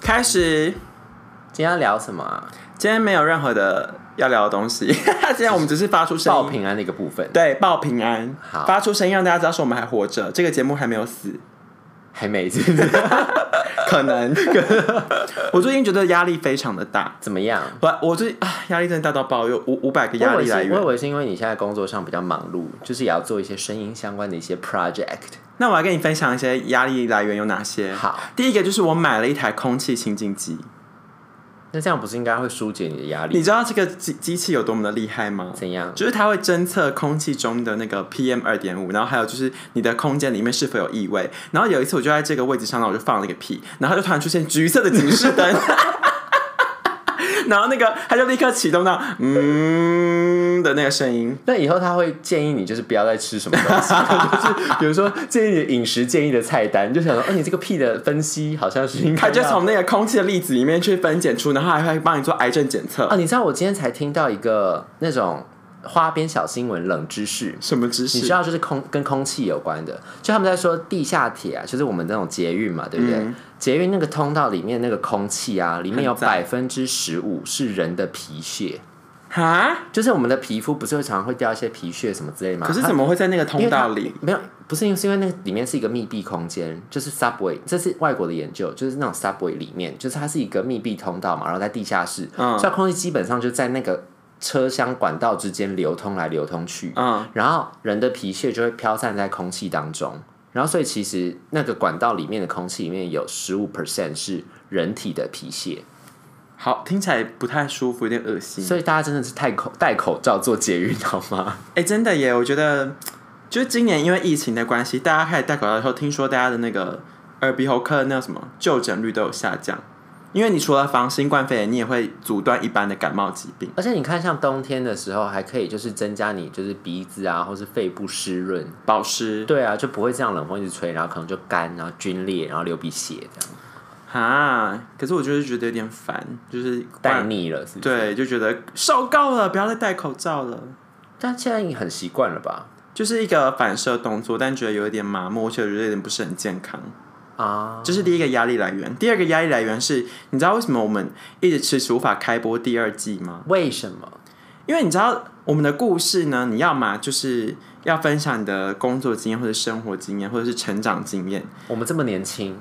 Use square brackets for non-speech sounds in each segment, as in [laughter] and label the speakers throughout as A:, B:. A: 开始，
B: 今天要聊什么啊？
A: 今天没有任何的要聊的东
B: [laughs]
A: 西，今天我们只是发出声
B: 报
A: 音，
B: 平安的一个部分，
A: 对，报平安，
B: 好
A: 发出声音让大家知道说我们还活着，这个节目还没有
B: [laughs]
A: 死，
B: 还没是
A: [laughs]
B: 不是
A: 可能。我最近觉得压力非常的大，
B: 怎么样？
A: 我我最啊压力真的大到爆，有五五百个
B: 我以
A: 压
B: 为
A: 力来
B: 是，我以
A: 源。
B: 为是因为你现在工作上比较忙碌，就是也要做一些声音相关的一些 project。
A: 那我来跟你分享一些压力来源有哪些。
B: 好，
A: 第一个就是我买了一台空气清净机，
B: 那这样不是应该会疏解你的压力？
A: 你知道这个机机器有多么的厉害吗？
B: 怎样？
A: 就是它会侦测空气中的那个 PM 二点五，然后还有就是你的空间里面是否有异味。然后有一次我就在这个位置上，然后我就放了一个屁，然后它就突然出现橘色的警示灯， [laughs] 然后那个它就立刻启动到嗯的那个声音。
B: 那以后他会建议你，就是不要再吃什么
A: [laughs]
B: 东西，就是比如说建议你的饮食建议的菜单，你就想说，哦，你这个屁的分析好像是
A: [laughs]
B: 应该
A: 它
B: 要。
A: 就从那个空气的粒子里面去分解出，然后还会帮你做癌症检测。
B: 啊，你知道我今天才听到一个那种花边小新闻冷知识，
A: 什么知识？
B: 你知道就是空跟空气有关的，就他们在说地下铁啊，就是我们那种捷运嘛，对不对？捷运那个通道里面那个空气啊，里面有
A: 嗯很脏
B: 百分之十五是人的皮屑，
A: 哈？
B: 就是我们的皮肤不是会常常会掉一些皮屑什么之类吗？
A: 可是
B: 它
A: 怎么会在那个
B: 因
A: 通
B: 为它
A: 道里？
B: 没有，不是因为是因为那个里面是一个密闭空间，就是 subway，这是外国的研究，就是那种 subway 里面，就是它是一个密闭通道嘛，然后在地下室，
A: 嗯
B: 所以空气基本上就在那个车厢管道之间流通来流通去，
A: 嗯，
B: 然后人的皮屑就会飘散在空气当中，然后所以其实那个管道里面的空气里面有十五 percent 是人体的皮屑，
A: 好，听起来不太舒服，有点恶心。
B: 所以大家真的是戴口戴口罩做节育好吗？
A: 哎、真的耶！我觉得，就是今年因为疫情的关系，大家开始戴口罩的时候，听说大家的那个耳鼻喉科那个什么就诊率都有下降，因为你除了防新冠肺炎，你也会阻断一般的感冒疾病。
B: [laughs] 而且你看，像冬天的时候，还可以就是增加你就是鼻子啊，或是肺部湿润。
A: 保湿
B: 对啊，就不会这样冷风一直吹，然后可能就干，然后皲裂，然后流鼻血这样，
A: 啊，可是我就是觉得有点烦，就是
B: 戴腻了是不是？。
A: 对，就觉得受够了，不要再戴口罩了，
B: 但现在已经很习惯了吧？
A: 就是一个反射动作，但觉得有一点麻木，而且我觉得有点不是很健康。
B: 啊，
A: 这是第一个压力来源，第二个压力来源是，你知道为什么我们一直迟迟无法开播第二季吗？
B: 为什么？
A: 因为你知道我们的故事呢，你要嘛就是要分享你的工作经验，或者生活经验，或者是成长经验，
B: 我们这么年轻，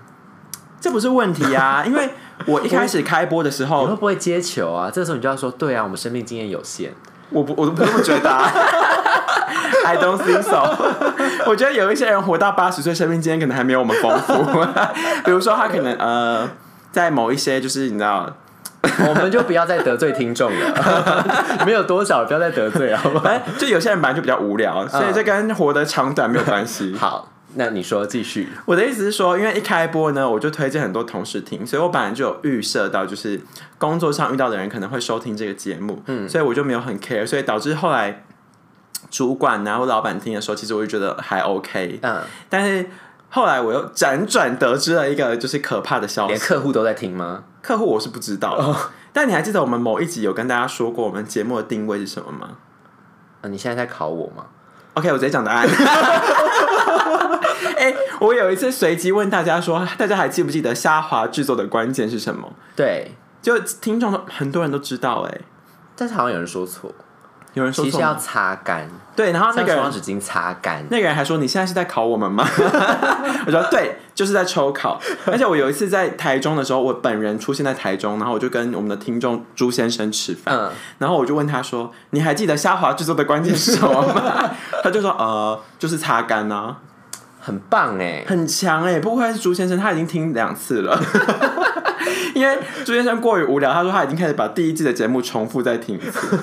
A: 这不是问题啊。因为我一开始开播的时
B: 你
A: 候，
B: 会不会接球啊？这时候你就要说，对啊，我们生命经验有限。 [laughs]
A: 我不我都不这么觉得、啊。I don't think so 。 [laughs] 我觉得有一些人活到八十岁，生命经验可能还没有我们丰富。 [laughs] 比如说，他可能呃，在某一些就是你知道，
B: 我们就不要再得罪听众了， [laughs] 没有多少，不要再得罪，好吗？
A: 反正就有些人本来就比较无聊，所以这跟活得长短没有关系。
B: 好，那你说继续。
A: 我的意思是说，因为一开播呢，我就推荐很多同事听，所以我本来就有预设到，就是工作上遇到的人可能会收听这个节目，嗯，所以我就没有很 care，所以导致后来主管然后老板听的时候，其实我就觉得还 OK，
B: 嗯，
A: 但是后来我又辗转得知了一个就是可怕的消
B: 连
A: 息，
B: 客户都在听吗？
A: 客户我是不知道的，但你还记得我们某一集有跟大家说过我们节目的定位是什么吗
B: 啊、你现在在考我吗？
A: ？OK，我直接讲答案。 [laughs] 哎、我有一次随机问大家说，大家还记不记得虾滑制作的关键是什么？
B: 对，
A: 就听众都很多人都知道哎、
B: 但是好像有人说错，
A: 有人说
B: 其实
A: 错
B: 要
A: 吗
B: 擦干，
A: 对，然后那
B: 像
A: 个
B: 双
A: 人
B: 纸巾擦干。
A: 那个人还说你现在是在考我们吗？ [laughs] 我说对，就是在抽考。而且我有一次在台中的时候，我本人出现在台中，然后我就跟我们的听众朱先生吃饭，
B: 嗯，
A: 然后我就问他说：“你还记得虾滑制作的关键是什么吗？” [laughs] 他就说：“呃，就是擦干啊，
B: 很棒哎，
A: 很强哎、不愧是朱先生，他已经听两次了。”因为朱先生过于无聊，他说他已经开始把第一季的节目重复再听一次，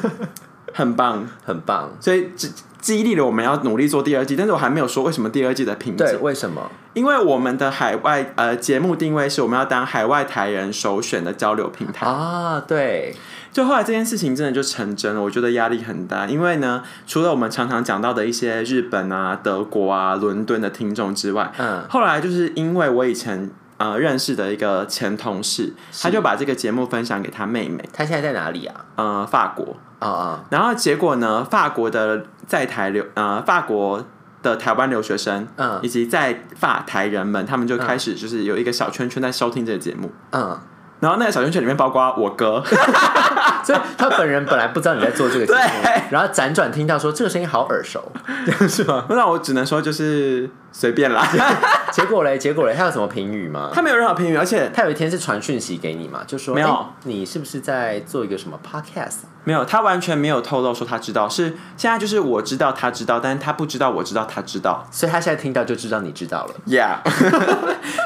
A: 很棒。
B: 很棒。
A: 所以激激励了我们要努力做第二季，但是我还没有说为什么第二季的瓶
B: 对，
A: 颈，
B: 为什么？
A: 因为我们的海外呃节目定位是我们要当海外台人首选的交流平台，
B: 啊，对，
A: 就后来这件事情真的就成真了，我觉得压力很大，因为呢，除了我们常常讲到的一些日本啊、德国啊、伦敦的听众之外，
B: 嗯，
A: 后来就是因为我以前呃认识的一个前同事，他就把这个节目分享给他妹妹，
B: 他现在在哪里啊？
A: 呃，法国。
B: 啊啊，
A: 然后结果呢，法国的在台留呃法国的台湾留学生，
B: 嗯
A: 以及在法台人们，他们就开始就是有一个小圈圈在收听这个节目。
B: 嗯，
A: 然后那个小圈圈里面包括我哥，
B: 所以他本人本来不知道你在做这个节 [laughs] 目，然后辗转听到说这个声音好耳熟，是吗？
A: 那我只能说就是随便啦，
B: 结果嘞，结果嘞，他有什么评语吗？
A: [laughs] 他没有任何评语，而且
B: 他有一天是传讯息给你嘛，就说
A: 没有
B: 诶你是不是在做一个什么 podcast？
A: 没有，他完全没有透露说他知道，是现在就是我知道他知道，但是他不知道我知道他知道
B: 所以他现在听到就知道你知道了。
A: ，Yeah，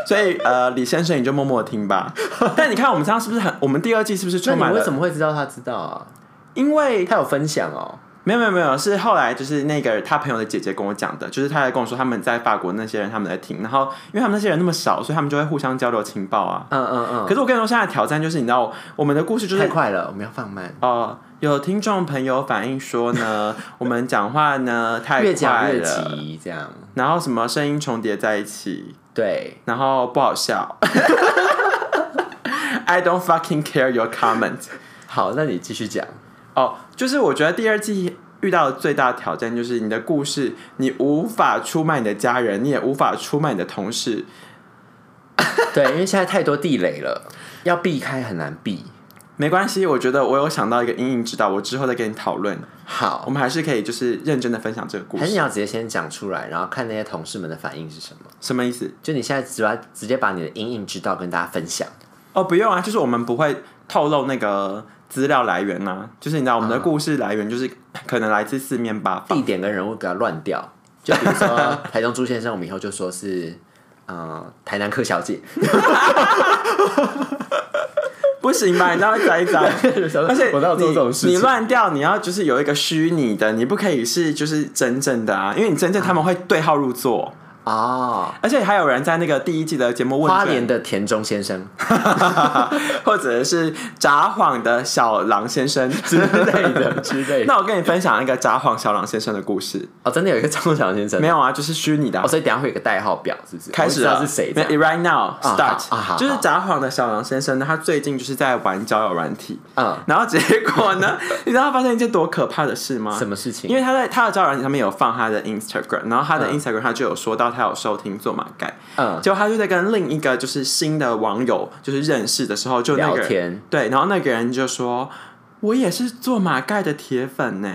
A: 所以呃，李先生你就默默地听 [laughs] 吧。但你看我们这样是不是很？我们第二季是不是
B: 那
A: 充满
B: 你为
A: 了？
B: 什么会知道他知道啊？
A: 因为
B: 他有分享哦，
A: 没有没有没有，是后来就是那个他朋友的姐姐跟我讲的，就是他来跟我说他们在法国那些人他们在听，然后因为他们那些人那么少，所以他们就会互相交流情报啊。
B: 嗯嗯嗯，
A: 可是我跟你说，现在的挑战就是你知道我们的故事就是
B: 太快了，我们要放慢，
A: 哦，有听众朋友反映说
B: [laughs]
A: 呢，我们讲话呢太
B: 越
A: 快
B: 讲越
A: 了，
B: 急，这样
A: 然后什么声音重叠在一起，
B: 对。
A: 然后不好
B: [laughs]
A: 笑。I don't fucking care your comment。
B: 好，那你继续讲。
A: 哦，就是我觉得第二季遇到的最大的挑战就是你的故事，你无法出卖你的家人，你也无法出卖你的同事。
B: [laughs] 对，因为现在太多地雷了，要避开很难避。
A: 没关系，我觉得我有想到一个阴影指导，我之后再跟你讨论。
B: 好，
A: 我们还是可以就是认真的分享这个故
B: 还是
A: 事
B: 你。要直接先讲出来，然后看那些同事们的反应是什么。
A: 什么意思？
B: 就你现在只要直接把你的阴影之道跟大家分享。
A: 哦，不用啊，就是我们不会透露那个资料来源呐、就是你知道我们的
B: 嗯
A: 故事来源就是可能来自四面八方。
B: 地点跟人物给它乱掉。就比如
A: [laughs]
B: 说台中朱先生，我们以后就说是呃台南柯小姐，
A: 不行吧？你知道会栽赃， [laughs] 而且
B: 我哪有做这种事情
A: 你你乱掉，你要就是有一个虚拟的，你不可以是就是真正的啊，因为你真正他们会对号入座。
B: 哦，
A: 而且还有人在那个第一季的节目问
B: 花莲
A: 卷，
B: 的田中先生，
A: 或者是札幌的小狼先
B: [laughs]
A: 生之类的
B: 之类的
A: [laughs] 那我跟你分享一个札幌小狼先生的故事。
B: 哦，真的有一个张小先生，
A: 没有啊，就是虚拟的啊、
B: 哦，所以等一下会有一个代号表，是不是？
A: 开始
B: 我
A: 了
B: 们知道是谁这
A: 没
B: 样？
A: 有？Right now
B: 好
A: start，、
B: 啊好
A: 就是札幌的小狼先生呢，他最近就是在玩交友软体，
B: 嗯，
A: 然后结果
B: [laughs]
A: 呢，你知道他发生一件多可怕的事吗？
B: 什么事情？
A: 因
B: 为
A: 为他在他的交友软件上面有放他的 Instagram，然后他的
B: 嗯
A: Instagram 他就有说到他有收听做马盖，
B: 嗯，
A: 结果他就在跟另一个就是新的网友就是认识的时候，就那个
B: 聊
A: 人
B: 天
A: 对，然后那个人就说：“我也是做马盖的铁粉呢。”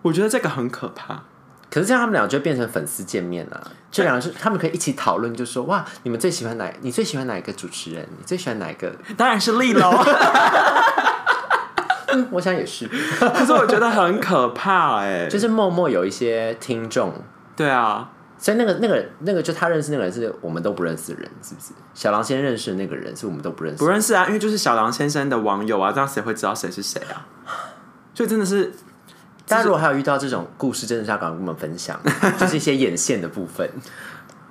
A: 我觉得这个很可怕。
B: 可是这样他们俩就变成粉丝见面了。这两个是他们可以一起讨论，就说哇，你们最喜欢哪？你最喜欢哪一个主持人？你最喜欢哪一个？
A: 当然是利
B: [laughs]
A: 喽，
B: 嗯，我想也是，
A: 可是我觉得很可怕哎、
B: 就是默默有一些听众
A: 对啊，
B: 所以那个那个那个，就他认识那个人是我们都不认识的人，是不是？小狼先认识的那个人是我们都不认识
A: 不。认识啊，因为就是小狼先生的网友啊，这样谁会知道谁是谁啊？所以真的是
B: 大家如果还有遇到这种故事，真的是要赶快跟我们分 [laughs] 享，就是一些眼线的部分。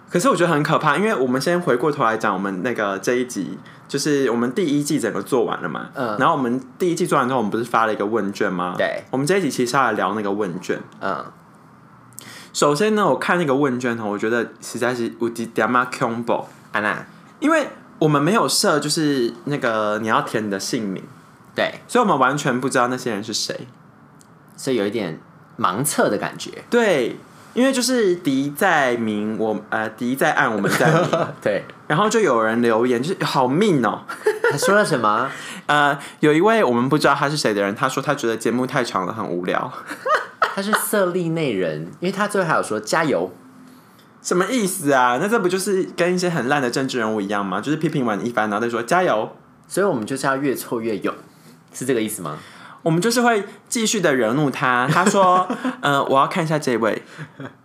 A: 可是我觉得很可怕，因为我们先回过头来讲，我们那个这一集就是我们第一季整个做完了嘛，
B: 嗯
A: 然后我们第一季做完之后，我们不是发了一个问卷吗？
B: 对，
A: 我们这一集其实要来聊那个问卷。
B: 嗯，
A: 首先呢，我看那个问卷呢，我觉得实在是无敌他妈 combo，
B: 安娜，
A: 因为我们没有设就是那个你要填你的姓名，
B: 对，
A: 所以我们完全不知道那些人是谁。
B: 所以有一点盲测的感觉。
A: 对，因为就是敌在明，我呃敌在暗，我们在明，
B: 对，
A: 然后就有人留言，就是好命哦、
B: 他说了什么？
A: 呃，有一位我们不知道他是谁的人，他说他觉得节目太长了，很无聊。
B: 他是色厉内人，因为他最后还有说加油。
A: 什么意思啊？那这不就是跟一些很烂的政治人物一样吗？就是批评完一番，然后再说加油。
B: 所以我们就是要越挫越勇，是这个意思吗？
A: 我们就是会继续的惹怒他。他
B: [laughs]
A: 说：“呃，我要看一下这位，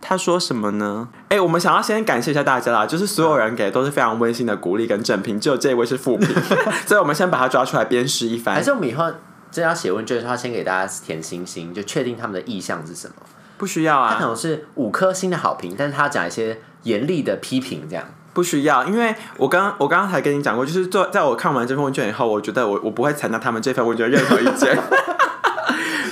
A: 他说什么呢？”哎、我们想要先感谢一下大家啦，就是所有人给的都是非常温馨的鼓励跟正评，只有这位是负
B: [laughs]
A: 评，所以我们先把他抓出来鞭尸一
B: 还
A: 番。
B: 是我们以后真的要写问卷的时候，先给大家填星星，就确定他们的意向是什么？
A: 不需要
B: 他
A: 啊
B: 可，能是五颗星的好评，但是他讲一些严厉的批评，这样
A: 不需要，因为我刚我刚刚才跟你讲过，就是
B: [laughs]
A: 做在我看完这份问卷以后，我觉得我我不会采纳他们这份问卷任何意见。我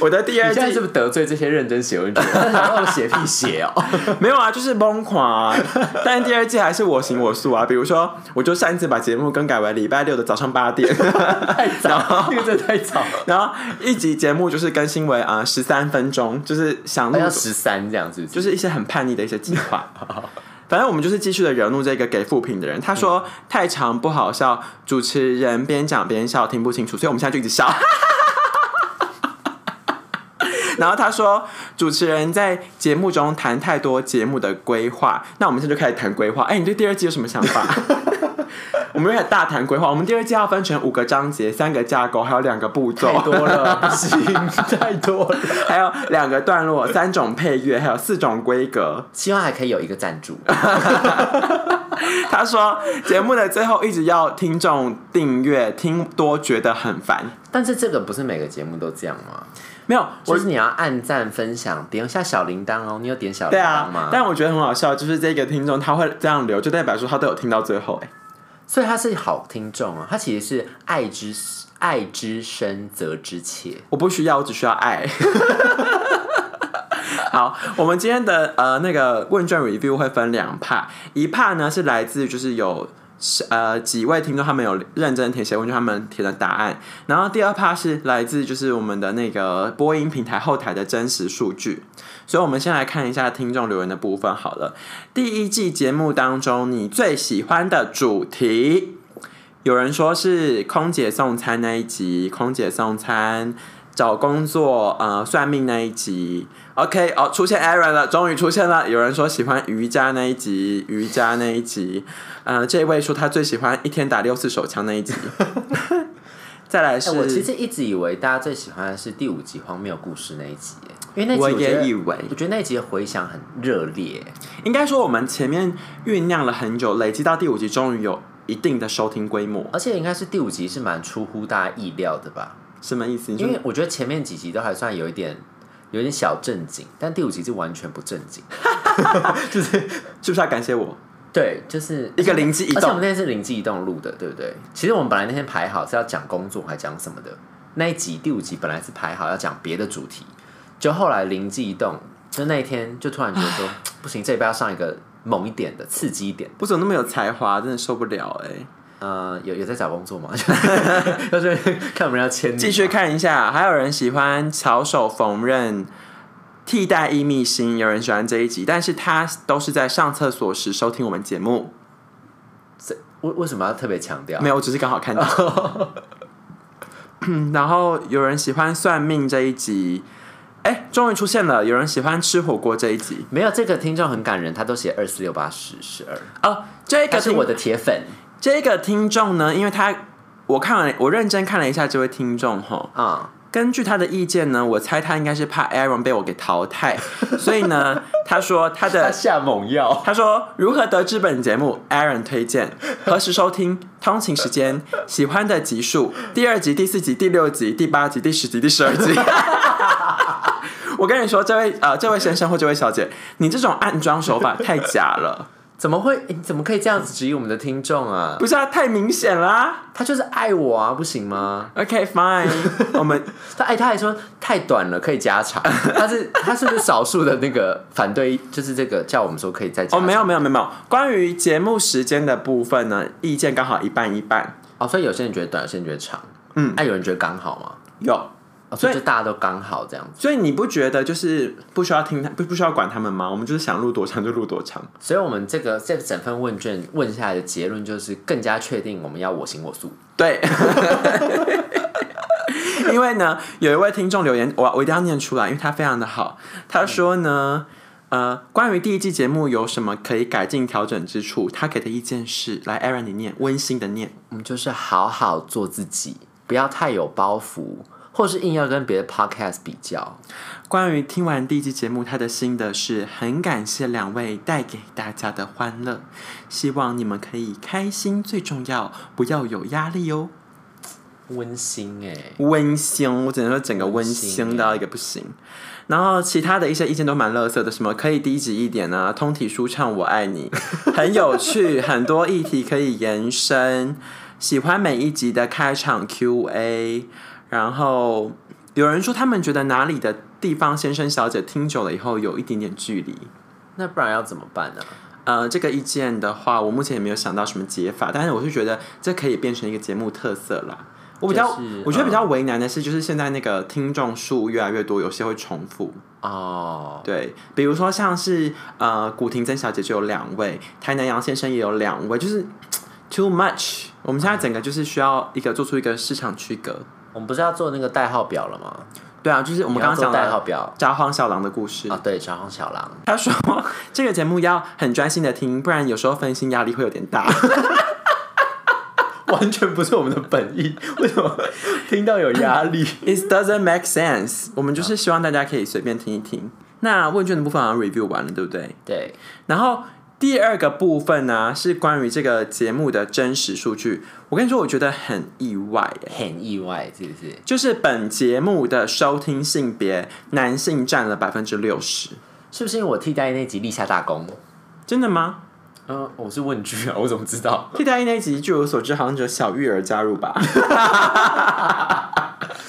A: 我的第
B: 你
A: 二
B: 现在
A: 季
B: 是不是得罪哎这些认真写文 [laughs] 学？然后写屁写哦，
A: 没有啊，就是崩垮、啊。但第二季还是我行我素啊。比如说，我就擅自把节目更改为礼拜六的早上八点，[laughs]
B: [laughs] 太 [laughs] 早，这个真的太早了。
A: 然后一集节目就是更新为啊十三分钟，就是想录
B: 要哎十三这样子，
A: 就是一些很叛逆的一些计划。 [laughs] 反正我们就是继续的惹怒这个给负评的人。他说
B: 嗯
A: 太长不好笑，主持人边讲边笑，听不清楚，所以我们现在就一直笑。 [laughs] 然后他说，主持人在节目中谈太多节目的规划，那我们现在就开始谈规划。哎，你对第二季有什么想
B: [laughs]
A: 法？我们就开始大谈规划。我们第二季要分成五个章节、三个架构，还有两个步骤。
B: 太多了， [laughs] 不行，太多了。
A: 还有两个段落、三种配乐，还有四种规格。
B: 希望还可以有一个赞助，
A: [laughs] 他说，节目的最后一直要听众订阅，听多觉得很烦。
B: 但是这个不是每个节目都这样吗？
A: 没有，
B: 就
A: 我
B: 是你要按赞、分享，点一下小铃铛哦。你有点小铃
A: 对
B: 铛吗
A: 啊？，但我觉得很好笑，就是这个听众他会这样留，就代表说他都有听到最后、哎，
B: 所以他是好听众啊，他其实是爱之爱之深责之切。
A: 我不需要，我只需要爱。 [laughs] 好，我们今天的呃那个问卷 review 会分两 part，一 part 呢是来自就是有呃几位听众他们有认真填写问卷，他们填的答案，然后第二 part 是来自就是我们的那个播音平台后台的真实数据，所以我们先来看一下听众留言的部分好了。第一季节目当中，你最喜欢的主题，有人说是空姐送餐那一集，空姐送餐。找工作，呃，算命那一集，OK，哦，出现 Aaron 了，终于出现了。有人说喜欢瑜伽那一集，瑜伽那一集，呃，这位说他最喜欢一天打六次手枪那
B: [laughs]
A: 一集。再来
B: 哎、
A: 是，
B: 我其实一直以为大家最喜欢的是第五集荒谬故事那一集耶，因为那集
A: 我
B: 觉得
A: 也以为
B: 我觉得那集的回响很热烈耶。
A: 应该说我们前面酝酿了很久，累积到第五集，终于有一定的收听规模，
B: 而且应该是第五集是蛮出乎大家意料的吧？
A: 什么意思？你
B: 因
A: 说
B: 为我觉得前面几集都还算有一点有点小正经，但第五集是完全不正经。
A: 是不是要感谢我？
B: 对，就是
A: 一个灵机一
B: 而且
A: 动
B: 我们，那天是灵机一动录的，对不对？其实我们本来那天排好是要讲工作还讲什么的，那一集第五集本来是排好要讲别的主题，就后来灵机一动，就那一天就突然觉得
A: [sighs]
B: 说不行，这礼拜要上一个猛一点的、刺激一点。
A: 我怎么那么有才华，真的受不了哎、
B: 呃，有有在找工
A: [laughs]
B: 作吗？就是看我们要签你吗
A: 继续看一下，还有人喜欢巧手缝纫。替代一密星，有人喜欢这一集，但是他都是在上厕所时收听我们节目，
B: 为为什么要特别强调
A: 没？有，我只是刚好 [laughs] 看到。嗯然后有人喜欢算命这一集，哎、终于出现了，有人喜欢吃火锅这一集
B: 没有这个听众很感人，他都写二四六八十十二，
A: 哦，这
B: 他
A: 个
B: 是
A: 听
B: 我的铁粉
A: 这个听众呢，因为他我看了，我认真看了一下这位听众哈。
B: 啊、
A: 根据他的意见呢，我猜他应该是怕 Aaron 被我给淘汰，所以呢，他说他
B: 他
A: 的
B: 下猛药。
A: 他说如何得知本节目？Aaron 推荐何时收听、通勤时间、喜欢的集数、第二集、第四集、第六集、第八集、第十集、第十二集。 [laughs] 我跟你说，这位呃，这位先生或这位小姐，你这种暗装手法太假了，
B: 怎么会？诶你怎么可以这样子质疑我们的听众啊？
A: 不是啊，太明显啦。
B: 他就是爱我啊，不行吗？
A: OK fine，我们
B: 他哎，他还说太短了，可以加长。 [laughs] 他是他是不是少数的那个反对？就是这个叫我们说可以再加
A: 哦，
B: 长
A: 没有没有没有没有，关于节目时间的部分呢，意见刚好一半一半。
B: 哦，所以有些人觉得短，有些人觉得长。
A: 嗯
B: 哎、有人觉得刚好吗？
A: 有，
B: 哦、所
A: 所
B: 以就大家都刚好这样子。
A: 所以你不觉得就是不需要听他不不需要管他们吗？我们就是想录多长就录多长。
B: 所以我们这个这整份问卷问下来的结论就是，更加确定我们要我行我素。
A: 对， [laughs] 因为呢，有一位听众留言，我我一定要念出来，因为他非常的好。他说呢，呃，关于第一季节目有什么可以改进调整之处，他给的意见是，来，Aaron 你念，温馨的念。
B: 我们就是好好做自己，不要太有包袱，或是硬要跟别的 podcast 比较。
A: 关于听完第一期节目，他的心得是很感谢两位带给大家的欢乐，希望你们可以开心最重要，不要有压力哦。
B: 温馨哎、
A: 温馨，我只能说整个温
B: 温
A: 馨
B: 馨
A: 到一个不行。然后其他的一些意见都蛮乐色的，什么可以低级一点啊，通体舒畅，我爱你，很有趣，很多议题可以延伸，喜欢每一集的开场 Q&A，然后有人说他们觉得哪里的地方先生小姐听久了以后有一点点距离。
B: 那不然要怎么办呢、
A: 呃，这个意见的话，我目前也没有想到什么解法，但是我是觉得这可以变成一个节目特色啦。我比较，
B: 就是
A: 我觉得比较为难的是，就是现在那个听众数越来越多，有些会重复。
B: 哦，
A: 对，比如说像是呃古婷曾小姐就有两位，台南杨先生也有两位，就是 too much。我们现在整个就是需要一个做出一个市场区隔。
B: 我们不是要做那个代号表了吗？
A: 对啊，就是我们刚刚
B: 你要
A: 讲
B: 做代
A: 的
B: 号表
A: 札幌小狼的故事。
B: 啊，对，小红小狼，
A: 他说 [laughs] 这个节目要很专心的听，不然有时候分心压力会有点大。
B: [laughs] 完全不是我们的本意。为什 [laughs] 么听到有压力？
A: It doesn't make sense。我们就是希望大家可以随便听一听。那问卷的部分好像 review 完了，对不对？
B: [laughs] 对，
A: 然后第二个部分呢、是关于这个节目的真实数据。我跟你说，我觉得很意外耶，
B: 很意外，是不是？
A: 就是本节目的收听性别男性占了百分之六十，
B: 是不是因为我替代那集立下大功？
A: 真的吗？
B: 嗯、我是问句啊，我怎么知道？
A: 替代役那一集，据我所知，好像只有小玉儿加入吧。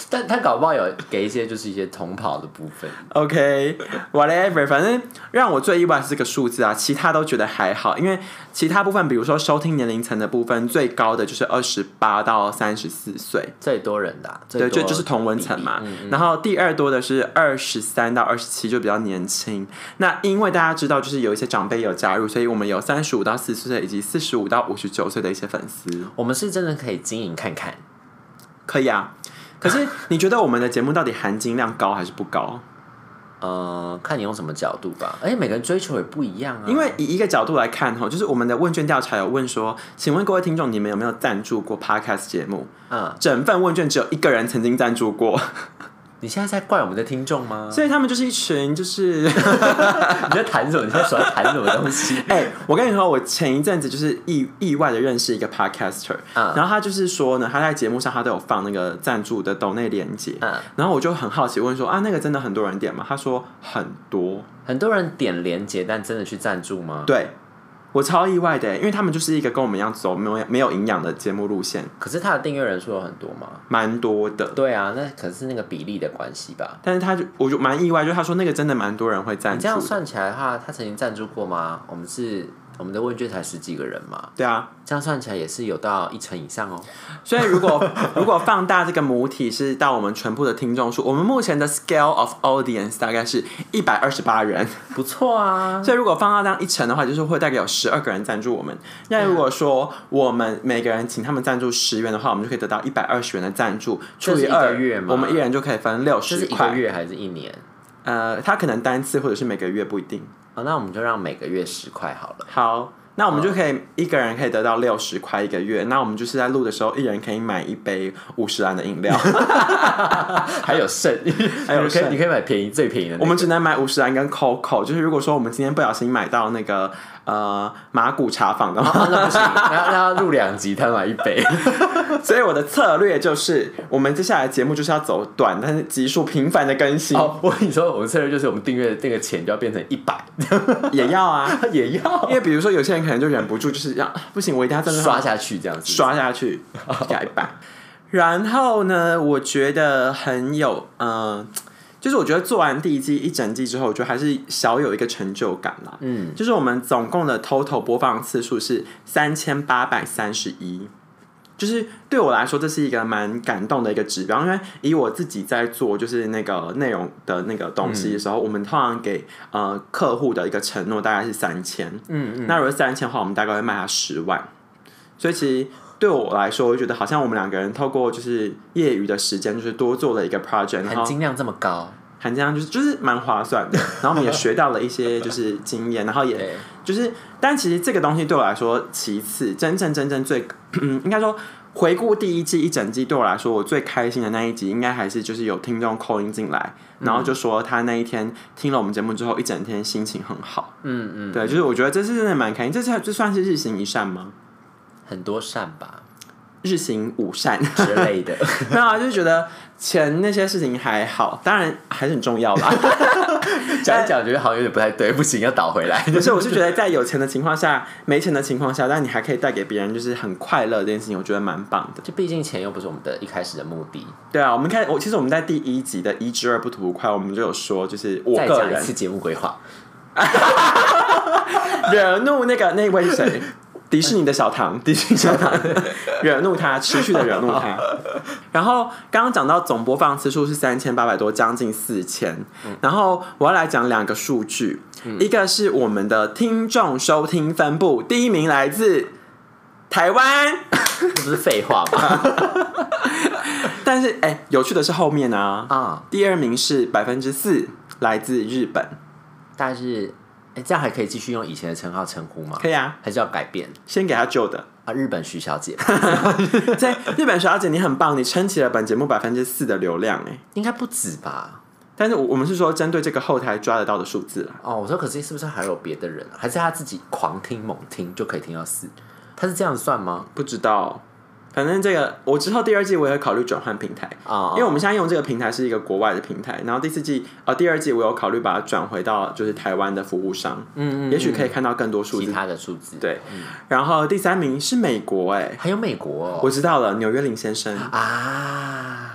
B: 但他搞不好有给一些就是一些同跑的部分。
A: OK，whatever，、反正让我最意外是这个数字啊，其他都觉得还好，因为其他部分，比如说收听年龄层的部分，最高的就是二十八到三十四岁，
B: 最多人的、啊，最
A: 对，
B: 多
A: 就就是同文层嘛。然后第二多的是二十三到二十七，就比较年轻。那因为大家知道，就是有一些长辈有加入，所以我们有三十五到四十岁以及四十五到五十九岁的一些粉丝，
B: 我们是真的可以经营看看。
A: 可以啊。可是你觉得我们的节目到底含金量高还是不高？
B: 呃，看你用什么角度吧。而且每个人追求也不一样啊。
A: 因为以一个角度来看哈，就是我们的问卷调查有问说，请问各位听众，你们有没有赞助过 podcast 节目？
B: 嗯，
A: 整份问卷只有一个人曾经赞助过，
B: 你现在在怪我们的听众
A: [laughs]
B: 吗？
A: 所以他们就是一群就是， [laughs]？
B: [laughs] 你在谈什么？你在手在谈什么东西
A: 哎、我跟你说，我前一阵子就是意意外的认识一个 podcaster，、
B: 嗯
A: 然后他就是说呢，他在节目上他都有放那个赞助的抖内链接，
B: [laughs] 嗯
A: 然后我就很好奇问说啊，那个真的很多人点吗？他说很多，
B: 很多人点连接，但真的去赞助吗？。
A: 对我超意外的，因为他们就是一个跟我们一样走没有没有营养的节目路线，
B: 可是他的订阅人数有很多吗？
A: 蛮多的。
B: 对啊，那可是那个比例的关系吧。
A: 但是他就我就蛮意外，就是他说那个真的蛮多人会赞
B: 你
A: 助
B: 这样
A: 的，
B: 算起来的话，他曾经赞助过吗？我们是我们的问卷才十几个人嘛，
A: 对啊。
B: 这样算起来也是有到一成以上哦。
A: 所以如果 [laughs] 如果放大这个母体是到我们全部的听众数，我们目前的 scale of audience 大概是一百二十八人，
B: 不错啊，
A: 所以如果放大当一成的话，就是会大概有十二个人赞助我们。那如果说我们每个人请他们赞助十元的话，我们就可以得到一百二十元的赞助，
B: 这
A: 除
B: 是
A: 以
B: 一个
A: 二
B: 月吗
A: 我们一人就可以分六
B: 这
A: 十
B: 是一个
A: 块。
B: 月还是一年？
A: 呃，他可能单次或者是每个月不一定。
B: 啊，那我们就让每个月十块好了。
A: 好，那我们就可以一个人可以得到六十块一个月。那我们就是在录的时候，一人可以买一杯五十兰的饮
B: [laughs]
A: 料。
B: [laughs] 还有剩，还
A: 有
B: 你可以
A: 剩
B: 你可以买便宜最便宜的那
A: 我
B: 个。 [laughs]
A: 们只能买五十兰跟 COCO。就是如果说我们今天不小心买到那个呃马古茶坊的话，
B: 啊那不行，那那要录两集，他买一杯。
A: [laughs] 所以我的策略就是，我们接下来节目就是要走短，但是集数频繁的更新、
B: 哦，我跟你说，我们策略就是我们订阅那个钱就要变成一百， [laughs]
A: 也要啊。
B: 也要
A: 因为比如说有些人可能就忍不住，就是要啊不行，我一定要在那
B: 刷下去这样子。
A: 刷下
B: [laughs]
A: 去，下一版。然后呢，我觉得很有，嗯、就是我觉得做完第一季一整季之后，我觉得还是小有一个成就感啦。
B: 嗯，
A: 就是我们总共的 total 播放次数是三千八百三十一。就是对我来说，这是一个蛮感动的一个指标，因为以我自己在做就是那个内容的那个东西的时候，我们通常给呃客户的一个承诺大概是三千，嗯嗯，那如果三千的话，我们大概会卖他十万，所以其实对我来说，我就觉得好像我们两个人透过就是业余的时间，就是多做了一个 project，然
B: 嗯含
A: 后
B: 金量这么高，
A: 含金量就是就是蛮划算的，然后我们也学到了一些就是经验，然后也
B: 对，
A: 就是，但其实这个东西对我来说其次，真正真正最嗯应该说。回顾第一季一整季，对我来说，我最开心的那一集，应该还是就是有听众扣音进来，然后就说他那一天听了我们节目之后，一整天心情很好。
B: 嗯嗯，
A: 对，就是我觉得这是真的蛮开心，这是这算是日行一善吗？
B: 很多善吧 [laughs]
A: 日行五善， [laughs]
B: 之类的。
A: 没有啊，就是觉得钱那些事情还好，当然还是很重要啦。 [laughs]
B: 讲一讲觉得好像有点不太对，不行，要倒回来。
A: 不是，我是觉得在有钱的情况下，没钱的情况下，但你还可以带给别人就是很快乐这件事情，我觉得蛮棒的。
B: [laughs] 就毕竟钱又不是我们的一开始的目的。
A: 对啊，我们看我其实我们在第一集的“一之二不吐不快”，我们就有说，就是我
B: 再
A: 个
B: 讲一
A: 人
B: 次节目规划，
A: [laughs] 惹怒那个那位是 [laughs] 谁？迪士尼的小唐， [laughs] 迪士尼小唐惹怒他，持续的惹怒 [laughs] 他。然后刚刚讲到总播放次数是三千八百多，将近四千。然后我要来讲两个数据，一个是我们的听众收听分布，第一名来自台 [laughs] 湾，
B: 这不是废话 [laughs] 吗？
A: 但是哎、有趣的是后面啊，
B: 啊，
A: 第二名是百分之四，来自日本。
B: 但是，哎，这样还可以继续用以前的称号称呼吗？
A: 可以啊，
B: 还是要改变
A: 先给他旧的。
B: 啊？日本徐小姐
A: 在日本小姐，你很棒，你撑起了本节目百分之四的流量哎、
B: 应该不止吧？
A: 但是我我们是说针对这个后台抓得到的数字啊啦，
B: 哦，我说可是是不是还有别的人啊、还是他自己狂听猛听就可以听到四？他是这样算吗？
A: 不知道。反正这个我之后第二季我也会考虑转换平台
B: 啊
A: 因为我们现在用这个平台是一个国外的平台，然后第四季呃第二季我有考虑把它转回到就是台湾的服务商，
B: 嗯
A: 也许可以看到更多数
B: 其
A: 字。
B: 他的数字，
A: 对，然后第三名是美国哎、
B: 还有美国、哦、
A: 我知道了，纽约林先生。
B: 啊，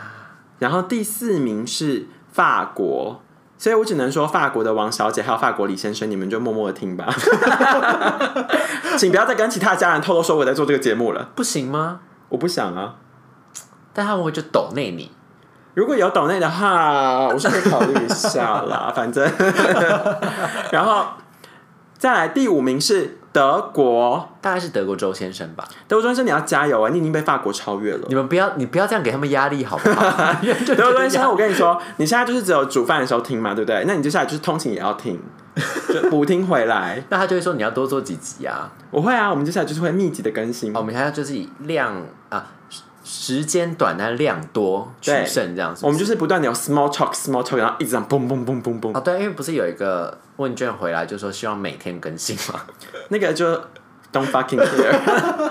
A: 然后第四名是法国，所以我只能说法国的王小姐还有法国李先生，你们就默默的听吧， [laughs] 请不要再跟其他家人透露说我在做这个节目了，
B: 不行吗？
A: 我不想啊。
B: 但他们会就抖内你，
A: 如果有岛内的话，我是可以考虑一下啦，反正。 [laughs] 然后再来第五名是德国，
B: 大概是德国周先生吧？
A: 德国先生你要加油啊，你已经被法国超越了。
B: 你们不要，你不要这样给他们压力好不好？ [laughs]
A: 德国先生，我跟你说，你现在就是只有煮饭的时候听嘛，对不对？那你接下来就是通勤也要听，就补听回来。
B: 那他就会说你要多做几集啊。
A: 我会啊，我们接下来就是会密集的更新。
B: 哦我们还要就是以量啊时时间短但量多取
A: 对
B: 胜这样子。
A: 我们就是不断的有 small talk small talk，然后一直这样嘣嘣嘣嘣嘣，
B: 哦对，因为不是有一个问卷回来就说希望每天更新嘛？
A: 那个就 don't fucking care。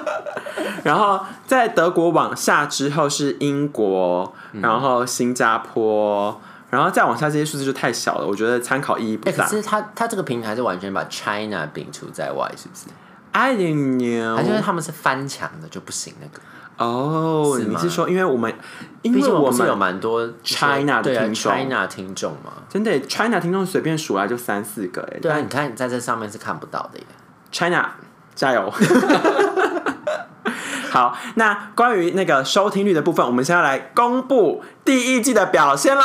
A: 然 [laughs] 后在德国往下之后是英国，
B: 嗯
A: 然后新加坡，然后再往下这些数字就太小了，我觉得参考意义不
B: 哎、
A: 大
B: 可。是他他这个平台是完全把 China 摒除在外，是不是？
A: I don't
B: 还是因为
A: know。
B: 他们是翻墙的就不行那个？
A: 哦，
B: 是
A: 你
B: 吗
A: 是说因为我们，因
B: 毕
A: 为
B: 竟我
A: 我
B: 们是有
A: 们
B: 蛮多就是
A: China 的
B: 对啊
A: 听众
B: ，China 听众嘛。
A: 真的 China 听众随便数来就三四个哎。
B: 对啊，你看你在这上面是看不到的耶。
A: China，加油！ [laughs] 好，那关于那个收听率的部分，我们现在来公布第一季的表现喽。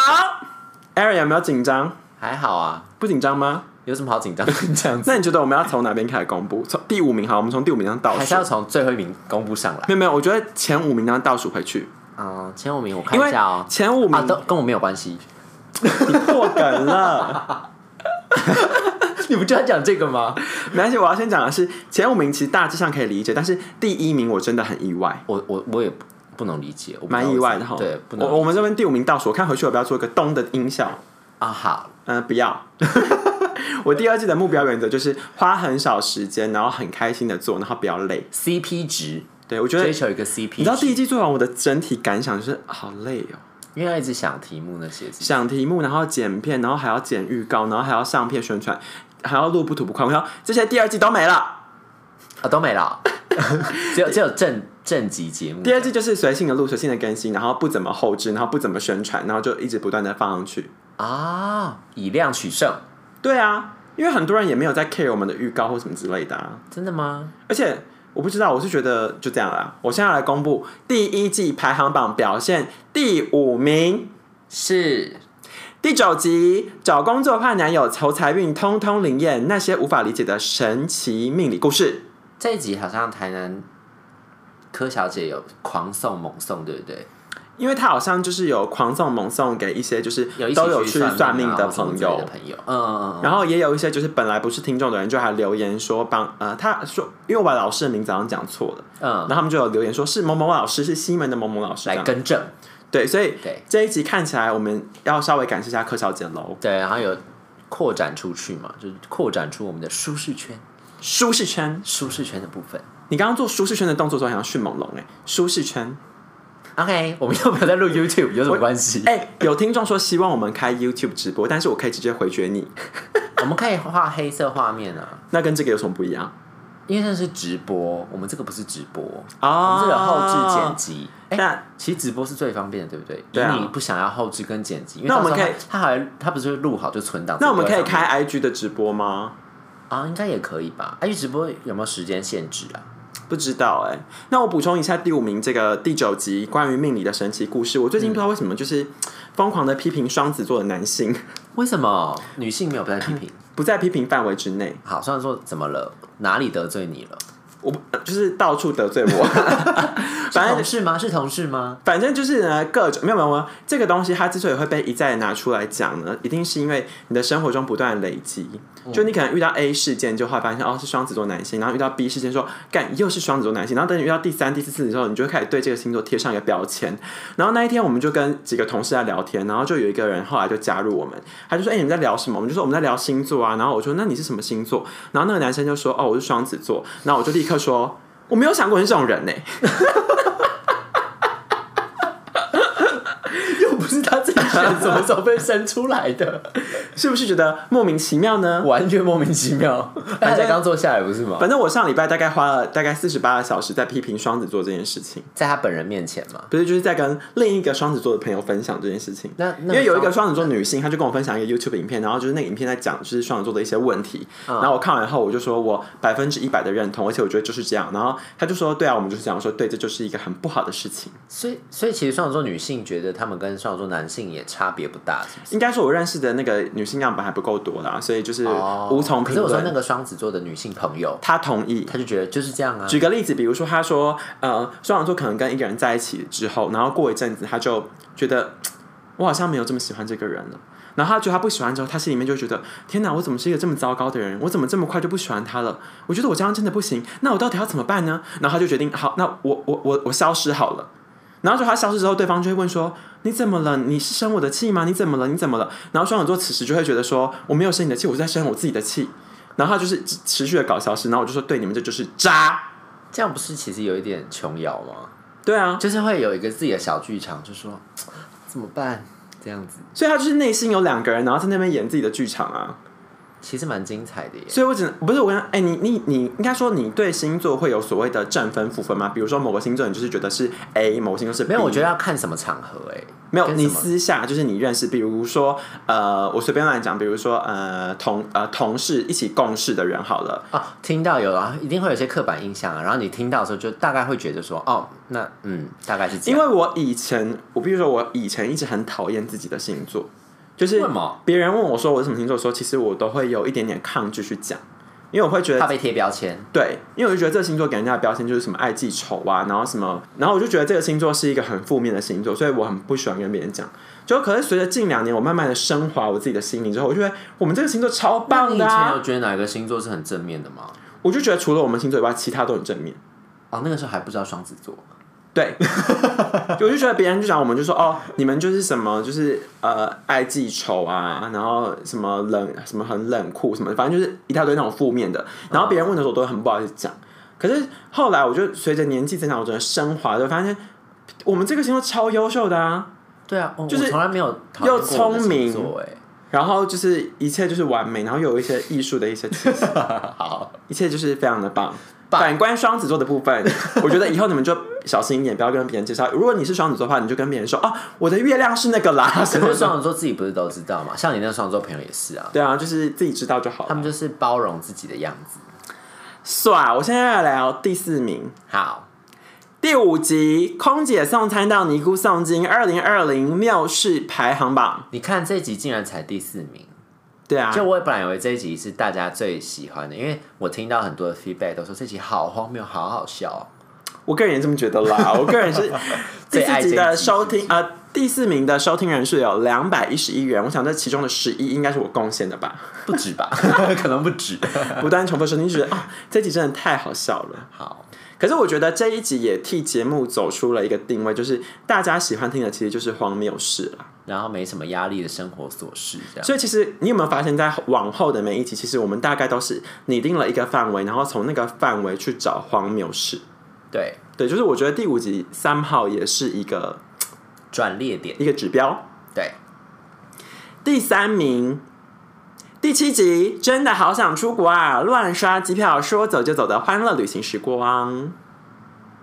A: Aaron 有没有紧张？
B: 还好啊，
A: 不紧张吗？
B: 有什么好紧张的这 [laughs] 样子？
A: 那你觉得我们要从哪边开始公布？从第五名好，我们从第五名上倒
B: 还是
A: 数。
B: 要从最后一名公布上 [laughs] 来。
A: 没有没有，我觉得前五名要倒数回去，
B: 嗯，前五名我看
A: 因
B: 一
A: 为
B: 下哦、
A: 前五
B: 啊，
A: 名
B: 都跟我没有关 [laughs] 系。
A: 你破梗了。
B: 你不就要讲这个吗？
A: 没关系，我要先讲的是前五名其实大致上可以理解，但是第一名我真的很意外，
B: 我我我也不不能理解，我不知道
A: 蛮意外的
B: 为
A: 哈。
B: 什么对，
A: 我
B: 不能
A: 我们这边第五名倒数，我看回去我不要做一个咚的音效。
B: 啊，好，
A: 嗯，不要。 [laughs] 我第二季的目标原则就是花很少时间，然后很开心的做，然后不要累。
B: CP 值，
A: 对我觉得
B: 追，求一个
A: 你
B: CP，
A: 知道
B: 值
A: 第一季做完，我的整体感想就是好累哦，
B: 因为要一直想题目那些，
A: 想题目，然后剪片，然后还要剪预告，然后还要上片宣传，还要录不吐不快。我说这些第二季都没了，
B: 啊都没 [laughs] 了，只有只有正正集节目
A: 第，二季就是随性的录，随性的更新，然后不怎么后置，然后不怎么宣传，然后就一直不断的放上去。
B: 啊，以量取胜，
A: 对啊，因为很多人也没有在 care 我们的预告或什么之类的啊。
B: 真的吗？
A: 而且我不知道，我是觉得就这样啦。我现在来公布第一季排行榜表现，第五名，
B: 是
A: 第九集找工作怕男友，求财运通通灵验，那些无法理解的神奇命理故事。
B: 这一集好像台南柯小姐有狂送猛送，对不对？
A: 因为他好像就是有狂送猛送给一些就是
B: 有一起
A: 都有去
B: 算
A: 算命
B: 啊
A: 的
B: 或什么
A: 朋
B: 之类
A: 友
B: 的，朋友，嗯嗯嗯嗯，
A: 然后也有一些就是本来不是听众的人就还留言说帮呃他说，因为我把老师的名字好像讲错了，
B: 嗯，
A: 然后他们就有留言说是某某老师是西门的某某老师这
B: 来
A: 样，
B: 更正，
A: 对，所以
B: 对
A: 这一集看起来我们要稍微感谢一下柯小姐喽，
B: 对，然后有扩展出去嘛，就是扩展出我们的舒适圈。
A: 舒适圈。
B: 舒适圈的部分。
A: 欸你刚刚做舒适圈的动作的时候，好像迅猛龙哎，舒适圈。
B: OK，我们要不要再录 YouTube 有什么关系？
A: 哎、有听众说希望我们开 YouTube 直播，但是我可以直接回绝你。
B: 我们可以画黑色画面啊，
A: 那跟这个有什么不一样
B: 因为那是直播，我们这个不是直播，哦我
A: 啊
B: 们这个后置剪辑。哎、
A: 但
B: 其实直播是最方便的，对不对？
A: 哦对啊
B: 因为你不想要后置跟剪辑，因为
A: 那我们
B: 到时候
A: 可以
B: 它，它好像它不是会录好就存档。
A: 那我们可以
B: 直播在上面
A: 开 IG 的直播吗？
B: 啊，应该也可以吧？IG 直播有没有时间限制啊？
A: 不知道哎、那我补充一下第五名这个第九集关于命理的神奇故事。我
B: 嗯
A: 最近不知道为什么就是疯狂的批评双子座的男性，
B: 为什么女性没有被批
A: [laughs]
B: 评？
A: 不在批评范围之内。
B: 好，虽然说怎么了，哪里得罪你了？
A: 我不呃就是到处得罪我，
B: 是
A: 反正
B: 同事吗？是同事吗？
A: 反正就是呢，各种没有没有没有，这个东西它之所以会被一再拿出来讲呢，一定是因为你的生活中不断的累积。就你可能遇到 A 事件，就会发现哦是双子座男性，然后遇到 B 事件说干又是双子座男性，然后等你遇到第三、第四次的时候，你就会开始对这个星座贴上一个标签。然后那一天我们就跟几个同事在聊天，然后就有一个人后来就加入我们，他就说：“哎、你们在聊什么？”我们就说我们在聊星座啊。然后我说：“那你是什么星座？”然后那个男生就说：“哦，我是双子座。”然后我就立刻说：“我没有想过你是这种人呢、
B: 又不是他自己选，什么时候被生出来的？
A: 是不是觉得莫名其妙呢？”
B: [laughs] 完全莫名其妙。他才刚坐下来不是吗？
A: 反正我上礼拜大概花了大概四十八个小时在批评双子座这件事情，
B: 在他本人面前嘛。
A: 不是就是在跟另一个双子座的朋友分享这件事情。
B: 那
A: 因
B: 那
A: 为有一个双子座女性，她就跟我分享一个 YouTube 影片，然后就是那个影片在讲就是双子座的一些问题，
B: 嗯
A: 然后我看完后我就说我百分之一百的认同，而且我觉得就是这样，然后她就说对啊，我们就是这样，我说对，这就是一个很不好的事情。
B: 所以所以其实双子座女性觉得他们跟双子座男性也差别不大，是不是？
A: 应该说我认识的那个女性样本还不够多啦，所以就是哦无从
B: 哦可
A: 评
B: 是我说那
A: 论。
B: 个双子座的女性朋友，
A: 她同意，
B: 她就觉得就是这样啊。
A: 举个例子，比如说他说，呃，双子座可能跟一个人在一起之后，然后过一阵子他就觉得，嘖我好像没有这么喜欢这个人了。然后他觉得他不喜欢之后，他心里面就会觉得，天哪，我怎么是一个这么糟糕的人？我怎么这么快就不喜欢他了？我觉得我这样真的不行，那我到底要怎么办呢？然后他就决定，好，那我我我我消失好了。然后就他消失之后，对方就会问说：“你怎么了？你是生我的气吗？你怎么了？你怎么了？”然后双子座此时就会觉得说：“我没有生你的气，我是在生我自己的气。”然后他就是持持续的搞消失，然后我就说：“对，你们这就是渣。”
B: 这样不是其实有一点琼瑶吗？
A: 对啊，
B: 就是会有一个自己的小剧场，就说怎么办这样子，
A: 所以他就是内心有两个人，然后在那边演自己的剧场啊。
B: 其实蛮精彩的耶。
A: 所以我只能不是我跟哎、你你你应该说你对星座会有所谓的正分负分吗？比如说某个星座你就是觉得是 A，某个星座是 B,
B: 没有，我觉得要看什么场合哎、
A: 没有，
B: 跟
A: 你
B: 什么
A: 私下就是你认识，比如说呃，我随便乱讲，比如说呃同呃同事一起共事的人好了，
B: 啊，听到有啊，一定会有一些刻板印象啊。然后你听到的时候，就大概会觉得说，哦，那嗯，大概是这
A: 因
B: 样。
A: 为我以前我比如说我以前一直很讨厌自己的星座，就是
B: 为什么
A: 别人问我说我是什么星座的时候，其实我都会有一点点抗拒去讲，因为我会觉得
B: 怕被贴标签？
A: 对，因为我就觉得这个星座给人家的标签就是什么爱记仇啊，然后什么，然后我就觉得这个星座是一个很负面的星座，所以我很不喜欢跟别人讲。就可是随着近两年我慢慢的升华我自己的心灵之后，我就觉得我们这个星座超
B: 那
A: 棒
B: 你以
A: 的、
B: 前有
A: 啊，
B: 觉得哪个星座是很正面的吗？
A: 我就觉得除了我们星座以外，其他都很正面。
B: 哦，那个时候还不知道双子座，
A: 对，就我就觉得别人就讲我们就说哦，你们就是什么就是呃爱记仇啊，然后什么冷什么很冷酷什么，反正就是一大堆那种负面的。然后别人问的时候，我都很不好意思讲。可是后来我就随着年纪增长，我整个升华，就发现我们这个星座超优秀的啊，
B: 对啊，哦、
A: 就是
B: 我从来没有讨厌
A: 又
B: 过我的
A: 聪明
B: 星座 [laughs] 哎。
A: 然后就是一切就是完美，然后又有一些艺术的一些气息，
B: 好，
A: 一切就是非常的棒。反观双子座的部分，我觉得以后你们就小心一点，不要跟别人介绍。如果你是双子座的话，你就跟别人说哦，我的月亮是那个啦，什
B: 可
A: 么
B: 是双子座自己不是都知道吗？像你那双子座朋友也是啊，
A: 对啊，就是自己知道就好
B: 他
A: 了。
B: 们就是包容自己的样子。
A: 算，我现在要聊第四名，
B: 好，
A: 第五集《空姐送餐到尼姑诵经》二零二零缪氏排行榜。
B: 你看这集竟然才第四名，
A: 对啊，
B: 就我本来以为这一集是大家最喜欢的，因为我听到很多的 feedback 都说这集好荒谬，好好笑哦、
A: 我个人也这么觉得啦。我个人
B: [laughs]
A: 是第
B: 最爱
A: 四集
B: 这
A: 的
B: 一集
A: 收听呃第四名的收听人数有两百一十一人，我想这其中的十一应该是我贡献的
B: [laughs]
A: 吧。
B: 不止吧？可能不止。 [laughs]
A: 不断重复收听，就觉得啊、这集真的太好笑了。
B: 好，
A: 可是我觉得这一集也替节目走出了一个定位，就是大家喜欢听的其实就是荒谬事啦。
B: 然后没什么压力的生活琐事，这样
A: 所以其实你有没有发现，在往后的每一集，其实我们大概都是拟定了一个范围，然后从那个范围去找荒谬事。
B: 对。
A: 对，就是我觉得第五集三号也是一个
B: 转列点，
A: 一个指标。
B: 对，
A: 第三名，第七集真的好想出国啊！乱刷机票，说走就走的欢乐旅行时光，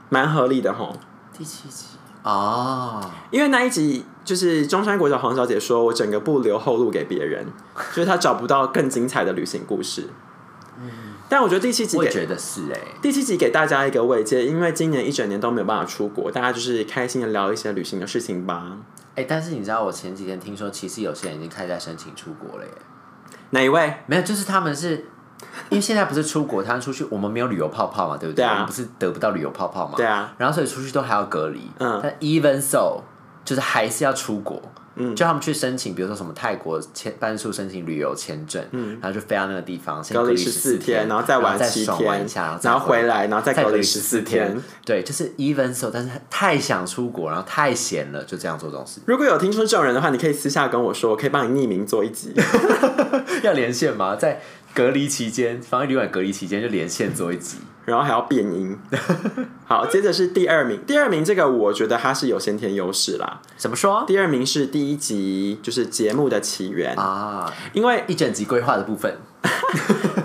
A: 蛮合理的吼。
B: 第七集哦，
A: 因为那一集就是中山国小黄小姐说，我整个不留后路给别人，就是她找不到更精彩的旅行故事。但我觉得第七集
B: 嗯我也
A: 给
B: 觉得是哎、
A: 第七集给大家一个慰藉，因为今年一整年都没有办法出国，大家就是开心的聊一些旅行的事情吧。
B: 哎、但是你知道，我前几天听说，其实有些人已经开始在申请出国了耶。
A: 哪一位？
B: 没有，就是他们是因为现在不是出国，他们出去，我们没有旅游泡泡嘛，对不
A: 对
B: 对？
A: 啊
B: 我们不是得不到旅游泡泡嘛。
A: 对啊。
B: 然后所以出去都还要隔离。
A: 嗯
B: 但 even so，就是还是要出国。嗯。就他们去申请，比如说什么泰国签办事处申请旅游签证，嗯，然后就飞到那个地方，先
A: 隔离
B: 十
A: 十四
B: 天，
A: 天，然后再玩
B: 再
A: 七
B: 爽玩
A: 天
B: 一下，然后，
A: 然后回
B: 回
A: 来，然后再
B: 再
A: 隔
B: 隔
A: 离
B: 离
A: 十
B: 十
A: 四
B: 四
A: 天
B: 天。。对，就是 even so，但是太想出国，然后太闲了，就这样做这种事。
A: 如果有听说这种人的话，你可以私下跟我说，我可以帮你匿名做一
B: [laughs]
A: 集。
B: 要连线吗？在隔离期间，防疫旅馆隔离期间就连线做一集。
A: 然后还要变
B: [laughs]
A: 音。好，接着是第二名，第二名这个我觉得它是有先天优势啦。
B: 怎么说
A: 第二名是第一集，就是节目的起源，
B: 啊？
A: 因为
B: 一整集规划的部分，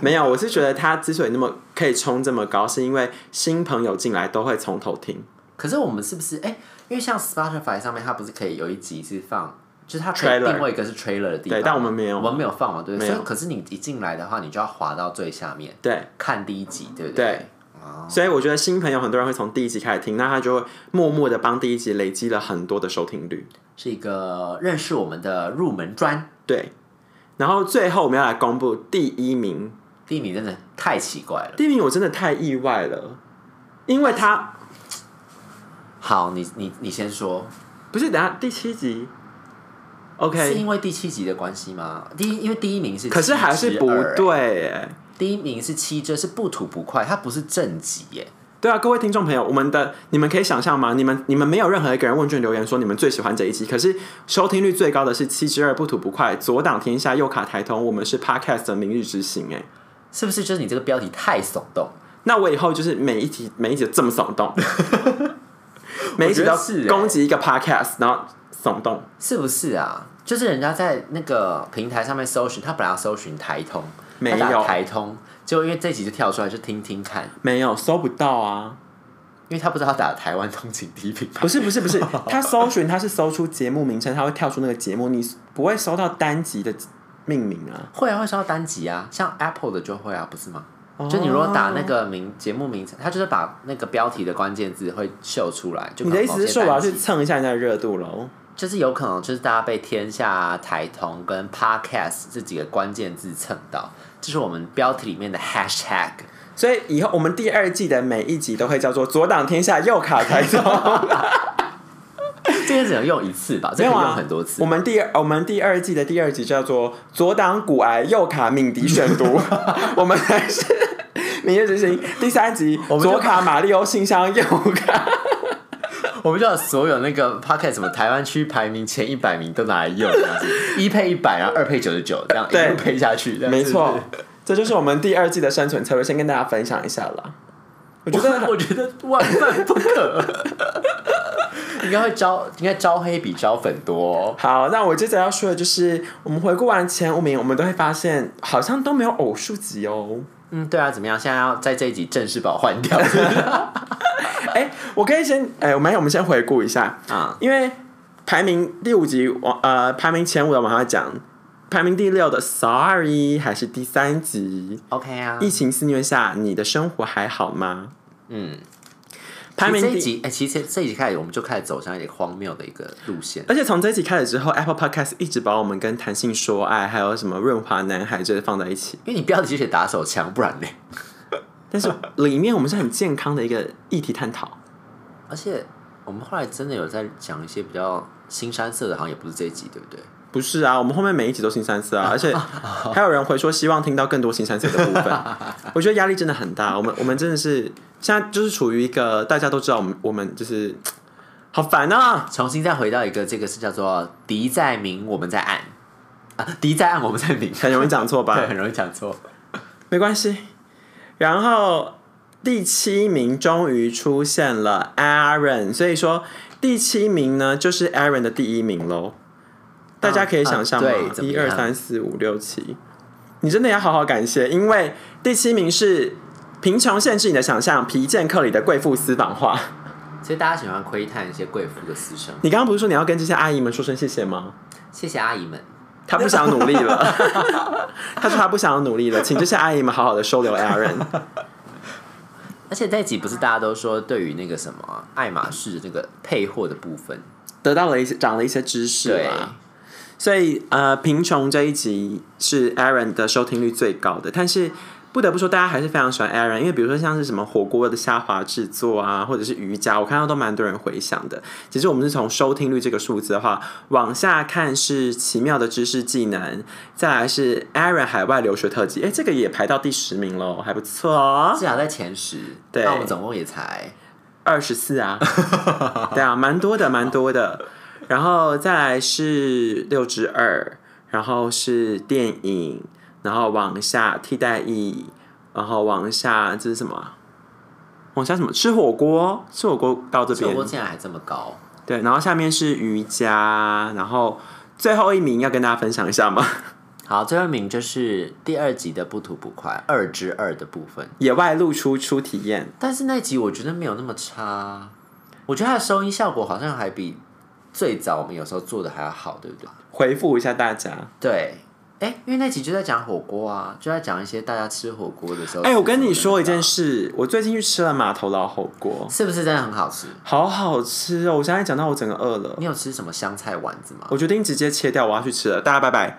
A: 没有，我是觉得它之所以那么可以冲这么高，是因为新朋友进来都会从头听。
B: 可是我们是不是哎、因为像 Spotify 上面它不是可以有一集是放，就是它可以
A: Trailer
B: 定位一个是 trailer 的地方，
A: 对但我们没有
B: 我们没有放嘛，对不
A: 没
B: 对？
A: 有
B: 所以可是你一进来的话，你就要滑到最下面
A: 对，
B: 看第一集，对不
A: 对
B: 哦
A: 所以我觉得新朋友很多人会从第一集开始听，那他就会默默的帮第一集累积了很多的收听率。
B: 是一个认识我们的入门砖。
A: 对，然后最后我们要来公布第一名，
B: 第一名真的太奇怪了。
A: 第一名我真的太意外了，因为他
B: 好，你你你先说，
A: 不是等一下第七集
B: 是
A: ，OK，
B: 因为第七集的关系吗？第一，因为第一名是，
A: 可是还是不
B: 对。
A: 对耶。
B: 第一名是七折，是不吐不快，它不是正极耶。
A: 对啊，各位听众朋友，我们的你们可以想象吗？你们你们没有任何一个人问卷留言说你们最喜欢这一集，可是收听率最高的是七之二不吐不快，左挡天下，右卡台通，我们是 Podcast 的明日之星哎。
B: 是不是就是你这个标题太耸动？
A: 那我以后就是每一集每一集都这么耸 [laughs] 动，每一集
B: 我觉
A: 都
B: 得是耶
A: 攻击一个 Podcast，然后耸动。
B: 是不是啊？就是人家在那个平台上面搜寻，他本来要搜寻台通，
A: 没
B: 他打
A: 有
B: 台通，结果因为这集就跳出来就听听看，
A: 没有搜不到啊！
B: 因为他不知道他打台湾通勤第一品牌
A: 不。是不是不 [laughs] 是，他搜寻他是搜出节目名称，他会跳出那个节目，你不会搜到单集的命名啊。
B: 会啊，会收到单集啊，像 Apple 的就会啊，不是吗？
A: 哦
B: 就你如果打那个名节目名称，它就是把那个标题的关键字会秀出来。就
A: 你的
B: 可能
A: 意思
B: 某
A: 是
B: 些
A: 说我
B: 单
A: 要
B: 集
A: 去蹭一下人家的热度喽？
B: 就是有可能就是大家被天下、台通跟 podcast 这几个关键字蹭到，这是我们标题里面的 hashtag。
A: 所以以后我们第二季的每一集都会叫做“左挡天下，右卡台中
B: 这个只能用一次吧，”，
A: [laughs]
B: 这
A: 没有
B: 个可以
A: 啊，
B: 用很多次。
A: 我们第二我们第二季的第二集叫做“左挡骨癌，右卡敏迪选 [laughs] 读”，我们还是明日之星第三集“
B: 我们就
A: 左卡马里欧信箱，右卡
B: 我们就把所有那个 podcast 什么台湾区排名前一百名都拿来用，这样子一配一百，然后二配九十九，这样一
A: 对
B: 路配下去。这”，样子
A: 没错，这就是我们第二季的生存策略，先跟大家分享一下啦。我 [laughs] 觉得
B: [laughs] 我觉得万万不可。应该会招，应该招黑比招粉多、哦。
A: 好，那我接着要说的就是，我们回顾完前五名，我们都会发现好像都没有偶数集哦。
B: 嗯，对啊，怎么样？现在要在这一集正式把我换掉 [laughs]
A: 哎、我可以先，哎、我们我们先回顾一下，
B: 啊！
A: 因为排名第五集，我呃，排名前五的往下讲，排名第六的 Sorry 还是第三集，
B: OK 啊，
A: 疫情肆虐下，你的生活还好吗？
B: 嗯，
A: 排名
B: 其实这一
A: 第。
B: 集，哎、其实这这一集开始，我们就开始走向一点荒谬的一个路线。
A: 而且从这一集开始之后，Apple Podcast 一直把我们跟谈性说爱，还有什么润滑男孩这些放在一起。
B: 因为你标题就写打手枪，不然呢？
A: 但是里面我们是很健康的一个议题探讨。
B: 而且我们后来真的有在讲一些比较新山色的，好像也不是这一集，对不对？
A: 不是啊，我们后面每一集都新三色啊，而且还有人会说希望听到更多新三色的部 [laughs] 分。我觉得压力真的很大，我们我们真的是现在就是处于一个大家都知道我们我们就是好烦啊，
B: 重新再回到一个，这个是叫做敌在明，我们在暗啊，敌在暗，我们在明，
A: 很容易讲错吧
B: 对，？很容易讲错。
A: 没关系。然后第七名终于出现了 Aaron，所以说第七名呢就是 Aaron 的第一名喽。大家可以想象吗
B: 啊对？怎么
A: 一
B: 样
A: 二三四五六七，你真的要好好感谢，因为第七名是《贫穷限制你的想象》皮剑客里的贵妇私房话。
B: 其实大家喜欢窥探一些贵妇的私生活，
A: 你刚刚不是说你要跟这些阿姨们说声谢谢吗？
B: 谢谢阿姨们。
A: 他不想努力
B: [laughs]
A: 了，他说他不想努力了，请这些阿姨们好好的收留 Aaron。
B: 而且这一集不是大家都说对于那个什么啊爱马仕这个配货的部分，
A: 得到了一些长了一些知识
B: 对
A: 啦。所以呃，贫穷这一集是 Aaron 的收听率最高的，但是不得不说，大家还是非常喜欢 Aaron，因为比如说像是什么火锅的虾滑制作啊，或者是瑜伽，我看到都蛮多人回想的。其实我们是从收听率这个数字的话往下看，是奇妙的知识技能，再来是 Aaron 海外留学特辑，哎，这个也排到第十名喽，还不错哦。
B: 至少在前十。
A: 对
B: 那我们总共也才
A: 二十四啊，对啊，蛮多的，蛮多的。然后再来是六之二，然后是电影，然后往下替代役，然后往下这是什么啊？往下什么？吃火锅，吃火锅到这
B: 火
A: 边
B: 锅，竟然还这么高，
A: 对，然后下面是瑜伽，然后最后一名要跟大家分享一下吗？ [laughs]
B: 好，最后一名就是第二集的不吐不快二之二的部分，
A: 野外露出初体验，
B: 但是那集我觉得没有那么差，啊我觉得它的收音效果好像还比最早我们有时候做的还要好，对不对？
A: 回复一下大家。
B: 对，哎、因为那集就在讲火锅啊，就在讲一些大家吃火锅的时候。
A: 哎、我跟你说一件
B: 事，
A: 事，我最近去吃了码头老火锅，
B: 是不是真的很好吃？
A: 好好吃哦！我现在讲到我整个饿了。
B: 你有吃什么香菜丸子吗？
A: 我决定直接切掉，我要去吃了，大家拜拜。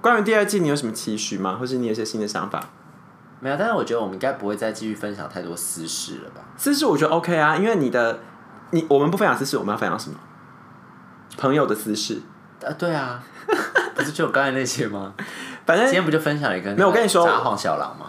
A: 关于第二季，你有什么期许吗？或是你有一些新的想法？
B: 没有，但是我觉得我们应该不会再继续分享太多私事了吧？
A: 私事我觉得 OK 啊，因为你的你我们不分享私事，我们要分享什么？朋友的私事，
B: 啊，对啊，不是就我刚才那些吗？
A: 反正
B: 今天不就分享了一个那个
A: 哎没有我跟你说
B: 札幌小狼吗？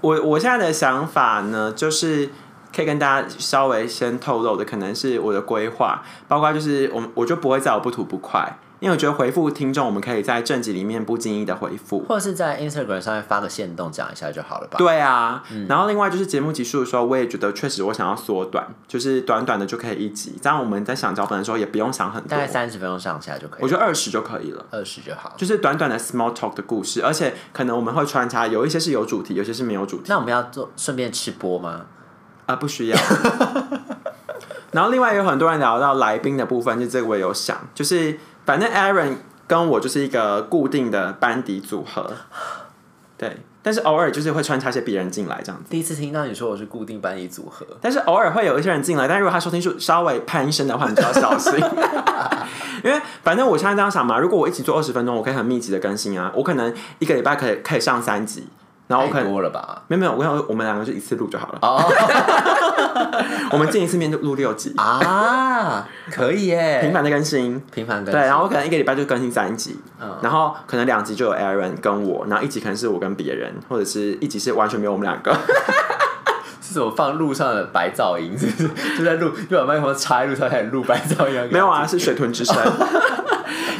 A: 我我现在的想法呢，就是可以跟大家稍微先透露的，可能是我的规划，包括就是我我就不会再有不吐不快，因为我觉得回复听众，我们可以在正集里面不经意的回复。
B: 或者是在 Instagram 上面发个线动讲一下就好了吧？嗯
A: 对啊，然后另外就是节目集数的时候，我也觉得确实我想要缩短，就是短短的就可以一集，这样我们在想脚本的时候也不用想很
B: 大
A: 多
B: 概，三十分钟上下就可
A: 我
B: 以了，
A: 觉得二十就可以了。
B: 二十就好。
A: 就是短短的 small talk 的故事，而且可能我们会穿插，有一些是有主题，有些是没有主题。
B: 那我们要做顺便吃播吗？
A: 啊，不需要。 [laughs] 然后另外有很多人聊到来宾的部分，就这个我也有想，就是反正 Aaron 跟我就是一个固定的班底组合，对，但是偶尔就是会穿插一些别人进来这样子。
B: 第一次听到你说我是固定班底组合，
A: 但是偶尔会有一些人进来，但如果他收听数稍微攀升的话，你就要小心， [laughs] 因为反正我现在这样想嘛，如果我一起做二十分钟，我可以很密集的更新啊，我可能一个礼拜可以可以上三集，然后我可
B: 太
A: 能
B: 多了吧？
A: 没有没有，我想我们两个就一次录就好了，
B: 哦
A: 我们见一次面就录六集，
B: 啊，可以
A: 频
B: 耶，
A: 繁的更新。
B: 平凡跟
A: 对，然后我可能一个礼拜就更新三集，
B: 嗯
A: 然后可能两集就有 Aaron 跟我，然后一集可能是我跟别人，或者是一集是完全没有我们 [laughs] 两个。
B: 是什么放路上的白噪音，是不
A: [laughs]
B: 是就在路就把麦克风插在路上开始录白噪音，
A: 没有啊，是水豚 [laughs] 之声。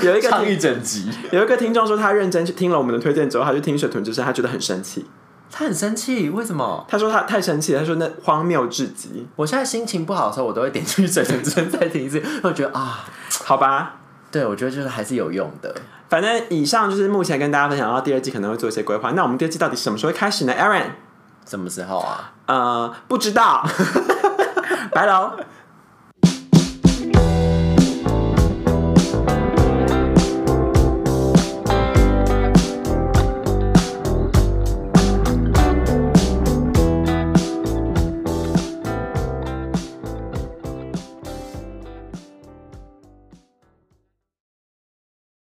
A: 有一个
B: 唱
A: 听
B: 一整集，
A: 有一个听众说，他认真去听了我们的推荐之后，他就听水豚之声，他觉得很生气。
B: 他很生气，为什么？
A: 他说他太生气了，他说那荒谬至极。
B: 我现在心情不好的时候，我都会点进去整整整再听一次，我觉得啊，
A: 好吧，
B: 对我觉得就是还是有用的。
A: 反正以上就是目前跟大家分享到第二季可能会做一些规划。那我们第二季到底什么时候会开始呢？Aaron，
B: 什么时候啊？
A: [laughs] 呃，不知道。拜喽。